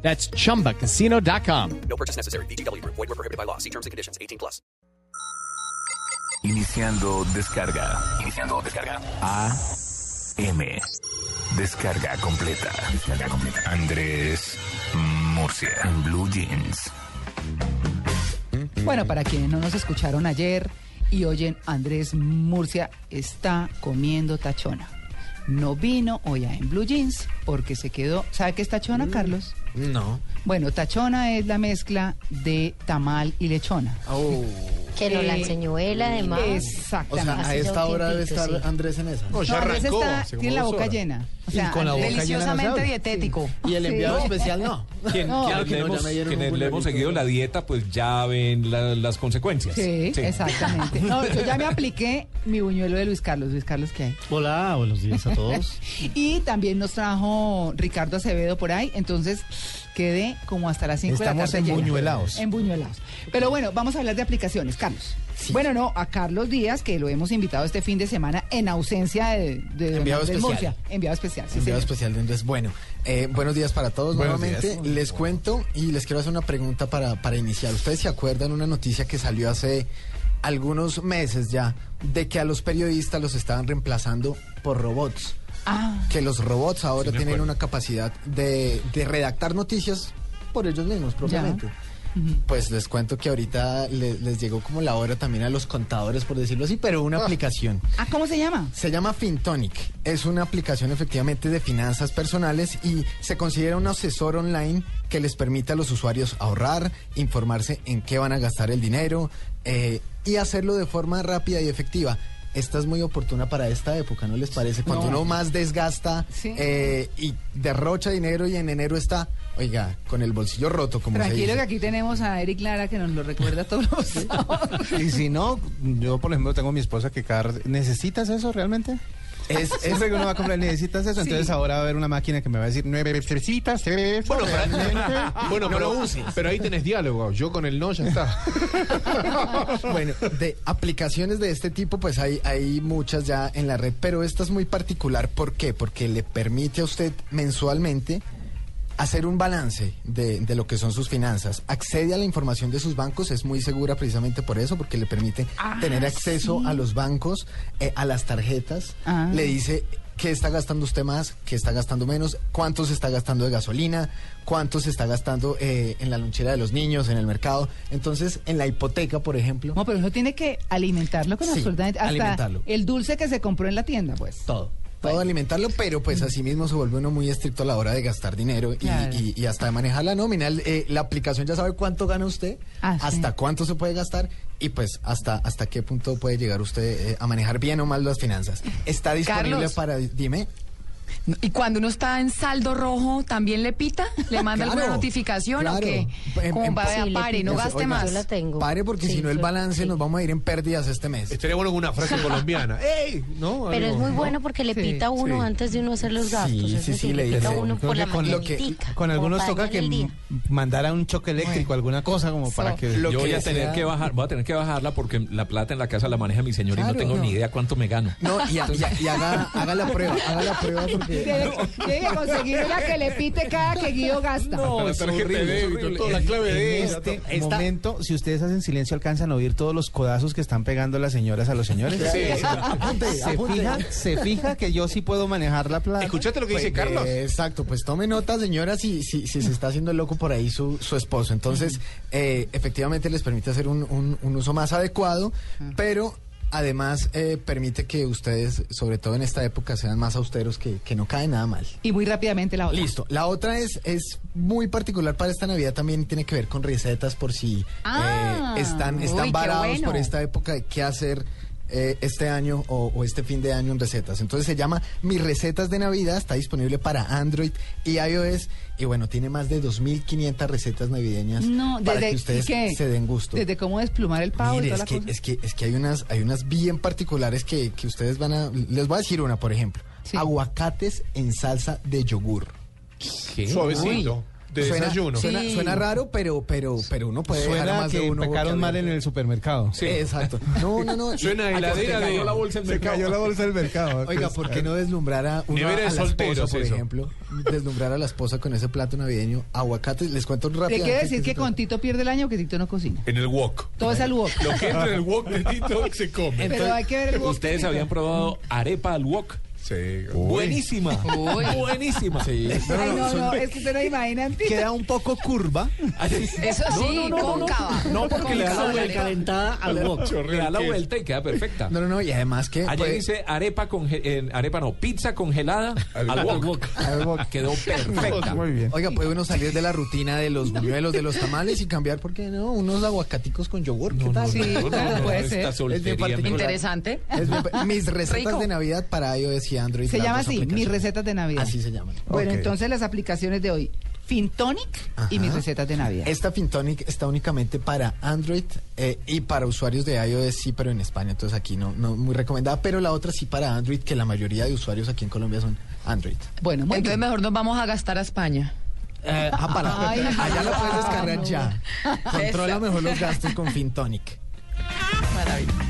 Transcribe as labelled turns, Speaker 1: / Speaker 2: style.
Speaker 1: That's chumbacasino.com.
Speaker 2: No purchase necessary. BGW. Void were prohibited by law. See terms and conditions. 18 plus.
Speaker 3: Iniciando descarga. Iniciando descarga. A M. Descarga completa. Descarga completa. Andrés Murcia. En Blue Jeans.
Speaker 4: Bueno, para quienes no nos escucharon ayer y oyen, Andrés Murcia está comiendo tachona. No vino hoy a en Blue Jeans porque se quedó. ¿Sabe qué es tachona, Carlos?
Speaker 5: No.
Speaker 4: Bueno, tachona es la mezcla de tamal y lechona.
Speaker 6: Que no la enseñó él, además.
Speaker 5: O sea,
Speaker 4: Exactamente.
Speaker 5: a
Speaker 6: Así
Speaker 5: esta
Speaker 6: ya un
Speaker 5: hora debe
Speaker 6: tiempito,
Speaker 5: estar
Speaker 6: sí.
Speaker 5: Andrés en esa.
Speaker 4: No, Andrés está- tiene la boca llena. O sea,
Speaker 5: y con la boca
Speaker 4: Andrés-
Speaker 5: deliciosamente dietético. Y el enviado especial no.
Speaker 7: Quien,
Speaker 4: No.
Speaker 7: quienes
Speaker 5: Claro que no,
Speaker 7: le hemos-
Speaker 5: ya me dieron
Speaker 7: quienes
Speaker 5: un
Speaker 7: le hemos
Speaker 5: buenavito.
Speaker 7: seguido la dieta, pues ya ven la- las consecuencias.
Speaker 4: Sí,
Speaker 7: Sí.
Speaker 4: exactamente. No, yo ya me apliqué mi buñuelo de Luis Carlos. Luis Carlos, ¿qué hay?
Speaker 5: Hola, buenos días a todos.
Speaker 4: Y también nos trajo Ricardo Acevedo por ahí, entonces quedé como hasta las 5 de la tarde.
Speaker 5: Estamos embuñuelados.
Speaker 4: En buñuelados. Pero bueno, vamos a hablar de aplicaciones, Carlos. Bueno, no, a Carlos Díaz, que lo hemos invitado este fin de semana en ausencia de, de don
Speaker 5: Enviado
Speaker 4: Andrés
Speaker 5: especial.
Speaker 4: Murcia. Enviado especial, sí,
Speaker 5: Enviado
Speaker 4: señor.
Speaker 5: especial de Andrés. Bueno, eh, buenos días para todos
Speaker 8: Buenos
Speaker 5: nuevamente.
Speaker 8: días.
Speaker 5: Les cuento y les quiero hacer una pregunta para, para iniciar. ¿Ustedes se acuerdan una noticia que salió hace algunos meses ya de que a los periodistas los estaban reemplazando por robots?
Speaker 4: Ah,
Speaker 5: que los robots ahora tienen una capacidad de, de redactar noticias por ellos mismos propiamente. Pues les cuento que ahorita le- les llegó como la hora también a los contadores, por decirlo así, pero una aplicación.
Speaker 4: Ah, ¿cómo se llama?
Speaker 5: Se llama Fintonic. Es una aplicación efectivamente de finanzas personales y se considera un asesor online que les permite a los usuarios ahorrar, informarse en qué van a gastar el dinero eh, y hacerlo de forma rápida y efectiva. Esta es muy oportuna para esta época, ¿no les parece? Cuando
Speaker 4: No.
Speaker 5: uno más desgasta
Speaker 4: Sí.
Speaker 5: eh, y derrocha dinero y en enero está, oiga, con el bolsillo roto, como se
Speaker 4: Tranquilo
Speaker 5: dice.
Speaker 4: que aquí tenemos a Eric Lara que nos lo recuerda todos los sábados.
Speaker 5: Pues
Speaker 8: Y si no, yo por ejemplo tengo a mi esposa que cada... rato- ¿Necesitas eso realmente?
Speaker 5: Es, es-
Speaker 8: Siempre que uno va a comprar, ¿necesitas eso? Entonces ahora va a haber una máquina que me va a decir, "Ne- ¿necesitas eso realmente?"
Speaker 9: Bueno, pero, pero ahí tenés diálogo. Yo con el no ya está.
Speaker 5: Bueno, de aplicaciones de este tipo, pues hay, hay muchas ya en la red, pero esta es muy particular. ¿Por qué? Porque le permite a usted mensualmente hacer un balance de, de lo que son sus finanzas. Accede a la información de sus bancos, es muy segura precisamente por eso, porque le permite tener acceso a los bancos, eh, a las tarjetas,
Speaker 4: Ah.
Speaker 5: le dice qué está gastando usted más, qué está gastando menos, cuánto se está gastando de gasolina, cuánto se está gastando eh, en la lonchera de los niños, en el mercado. Entonces, en la hipoteca, por ejemplo,
Speaker 4: No, pero eso tiene que alimentarlo con
Speaker 5: Sí,
Speaker 4: absolutamente hasta
Speaker 5: alimentarlo.
Speaker 4: el dulce que se compró en la tienda, pues.
Speaker 5: todo. Todo alimentarlo, pero pues así mismo se vuelve uno muy estricto a la hora de gastar dinero y,
Speaker 4: Claro.
Speaker 5: y- y hasta de manejar la nómina. El- eh, la aplicación ya sabe cuánto gana usted,
Speaker 4: Ah, sí.
Speaker 5: hasta cuánto se puede gastar y pues hasta, hasta qué punto puede llegar usted eh, a manejar bien o mal las finanzas. Está disponible
Speaker 10: Carlos.
Speaker 5: para... Dime.
Speaker 10: No, Y cuando uno está en saldo rojo, ¿también le pita? ¿Le manda
Speaker 5: Claro,
Speaker 10: alguna notificación
Speaker 5: claro.
Speaker 10: o qué?
Speaker 5: En-
Speaker 10: Como
Speaker 5: en-
Speaker 10: para,
Speaker 5: Sí,
Speaker 6: le
Speaker 10: pare,
Speaker 6: pita.
Speaker 10: no
Speaker 6: Pues,
Speaker 10: gaste
Speaker 6: oiga,
Speaker 10: más.
Speaker 6: yo la tengo.
Speaker 5: Pare porque
Speaker 6: Sí,
Speaker 5: si no el
Speaker 6: yo-
Speaker 5: balance
Speaker 6: sí.
Speaker 5: nos vamos a ir en pérdidas este mes.
Speaker 9: Estaría bueno con una frase colombiana. ¡Ey! ¿No?
Speaker 6: Pero es
Speaker 9: Algo,
Speaker 6: muy
Speaker 9: ¿no?
Speaker 6: bueno porque le
Speaker 4: Sí,
Speaker 6: pita a uno
Speaker 9: sí.
Speaker 6: antes de uno hacer los
Speaker 5: Sí,
Speaker 6: gastos.
Speaker 5: sí,
Speaker 6: es
Speaker 5: sí,
Speaker 6: decir,
Speaker 5: le
Speaker 6: pita a
Speaker 5: dice.
Speaker 6: uno
Speaker 5: Creo
Speaker 6: por
Speaker 8: que
Speaker 6: la
Speaker 8: con
Speaker 5: lo que-
Speaker 6: mañanitica,
Speaker 8: Con algunos
Speaker 6: como
Speaker 8: toca
Speaker 6: para
Speaker 8: que
Speaker 6: ir en el
Speaker 8: m-
Speaker 6: día.
Speaker 8: mandar a un choque eléctrico, alguna cosa como para que...
Speaker 5: Lo
Speaker 7: Yo
Speaker 5: que
Speaker 7: voy a tener
Speaker 5: sea.
Speaker 7: que bajar, voy a tener que bajarla porque la plata en la casa la maneja mi señor y
Speaker 5: Claro,
Speaker 7: no tengo
Speaker 5: no.
Speaker 7: ni idea cuánto me gano.
Speaker 5: No, y, a- y a- y haga, haga la prueba, haga la prueba porque...
Speaker 4: Tiene, tiene que conseguir la que le pite cada que Guido gasta.
Speaker 9: la tarjeta de débito, toda la clave de
Speaker 8: En
Speaker 9: ella.
Speaker 8: este momento, si ustedes hacen silencio, alcanzan a oír todos los codazos que están pegando las señoras a los señores. Se, fija, se fija que yo sí puedo manejar la plata.
Speaker 9: ¿Escuchaste lo que
Speaker 5: Pues,
Speaker 9: dice Carlos?
Speaker 5: eh, exacto, pues tome nota, señora, si, si, si se está haciendo loco por ahí su, su esposo. Entonces, eh, efectivamente les permite hacer un, un- un uso más adecuado, pero además eh, permite que ustedes, sobre todo en esta época, sean más austeros, que, que no cae nada mal.
Speaker 4: Y muy rápidamente la otra.
Speaker 5: Listo. La otra es, es muy particular para esta Navidad, también tiene que ver con recetas por si
Speaker 4: Ah,
Speaker 5: eh, están,
Speaker 4: uy,
Speaker 5: están
Speaker 4: qué
Speaker 5: varados
Speaker 4: bueno.
Speaker 5: por esta época de qué hacer eh, este año o, o este fin de año en recetas. Entonces se llama Mis Recetas de Navidad, está disponible para Android y iOS y bueno, tiene más de 2.500 recetas navideñas
Speaker 4: No,
Speaker 5: para
Speaker 4: desde
Speaker 5: que ustedes
Speaker 4: ¿qué?
Speaker 5: se den gusto.
Speaker 4: Desde cómo desplumar el pavo y
Speaker 5: Mire,
Speaker 4: toda
Speaker 5: es
Speaker 4: la
Speaker 5: que,
Speaker 4: cosa.
Speaker 5: es que es que hay unas hay unas bien particulares que, que ustedes van a les voy a decir una, por ejemplo,
Speaker 4: Sí.
Speaker 5: aguacates en salsa de yogur.
Speaker 9: Suavecito. De
Speaker 5: suena,
Speaker 9: desayuno.
Speaker 5: Suena,
Speaker 4: Sí.
Speaker 5: suena raro, pero pero pero uno puede dejar a
Speaker 8: Suena
Speaker 5: más de
Speaker 8: que
Speaker 5: uno
Speaker 8: pecaron mal en el supermercado.
Speaker 5: Sí. Exacto. No, no, no.
Speaker 9: Suena
Speaker 5: a
Speaker 9: heladera de- la bolsa del
Speaker 8: Se
Speaker 9: mercado.
Speaker 8: cayó la bolsa del mercado. pues,
Speaker 5: Oiga, ¿por qué no deslumbrar a uno
Speaker 9: Nevera
Speaker 5: a
Speaker 9: de
Speaker 5: la esposa,
Speaker 9: solteros,
Speaker 5: por
Speaker 9: eso.
Speaker 5: ejemplo? Deslumbrar a la esposa con ese plato navideño, aguacates, les cuento rápido.
Speaker 4: Le quiero
Speaker 5: antes
Speaker 4: decir
Speaker 5: se
Speaker 4: que con
Speaker 5: trate.
Speaker 4: Tito pierde el año que Tito no cocina.
Speaker 7: En el wok.
Speaker 4: Todo es al wok.
Speaker 7: Lo que entra en el wok de Tito se come.
Speaker 4: Pero hay que ver el wok.
Speaker 7: ¿Ustedes habían probado arepa al wok?
Speaker 9: Sí.
Speaker 7: Buenísima. Buenísima.
Speaker 4: Ay, no, no, es que usted no imagina. Tito.
Speaker 8: Queda un poco curva.
Speaker 6: Eso sí, cóncava.
Speaker 7: No, porque le da la vuelta.
Speaker 11: Calentada al wok.
Speaker 7: Le da la vuelta y queda perfecta.
Speaker 5: No, no, no, y además que
Speaker 7: Ayer
Speaker 5: puede-
Speaker 7: hice arepa conge- eh, arepa no, pizza congelada al, wok.
Speaker 5: Al wok.
Speaker 7: Quedó perfecta.
Speaker 8: Muy bien.
Speaker 5: Oiga, puede uno salir de la rutina de los buñuelos, de los tamales y cambiar, ¿por qué no? Unos aguacaticos con yogur, ¿qué tal?
Speaker 4: Sí, puede ser.
Speaker 7: Esta
Speaker 4: Es
Speaker 7: soltería me-
Speaker 5: particular.
Speaker 10: Interesante.
Speaker 5: Es bien- mis recetas
Speaker 10: Rico.
Speaker 5: de Navidad para iOS y Android.
Speaker 4: Se
Speaker 5: las
Speaker 4: llama
Speaker 5: dos
Speaker 4: así, mis
Speaker 5: aplicaciones.
Speaker 4: recetas de Navidad.
Speaker 5: Así se llaman.
Speaker 4: Bueno,
Speaker 8: Ok.
Speaker 4: entonces las aplicaciones de hoy. Fintonic y
Speaker 5: Ajá.
Speaker 4: mis recetas de Navidad.
Speaker 5: Esta Fintonic está únicamente para Android eh, y para usuarios de iOS, sí, pero en España, entonces aquí no, no muy recomendada, pero la otra sí para Android, que la mayoría de usuarios aquí en Colombia son Android.
Speaker 4: Bueno, muy
Speaker 10: Entonces
Speaker 4: bien.
Speaker 10: mejor nos vamos a gastar a España.
Speaker 4: Eh,
Speaker 5: ah, para.
Speaker 4: Ay,
Speaker 5: Allá la puedes
Speaker 4: ah,
Speaker 5: descargar
Speaker 4: no.
Speaker 5: ya. Controla mejor los gastos con Fintonic.
Speaker 10: Maravilla.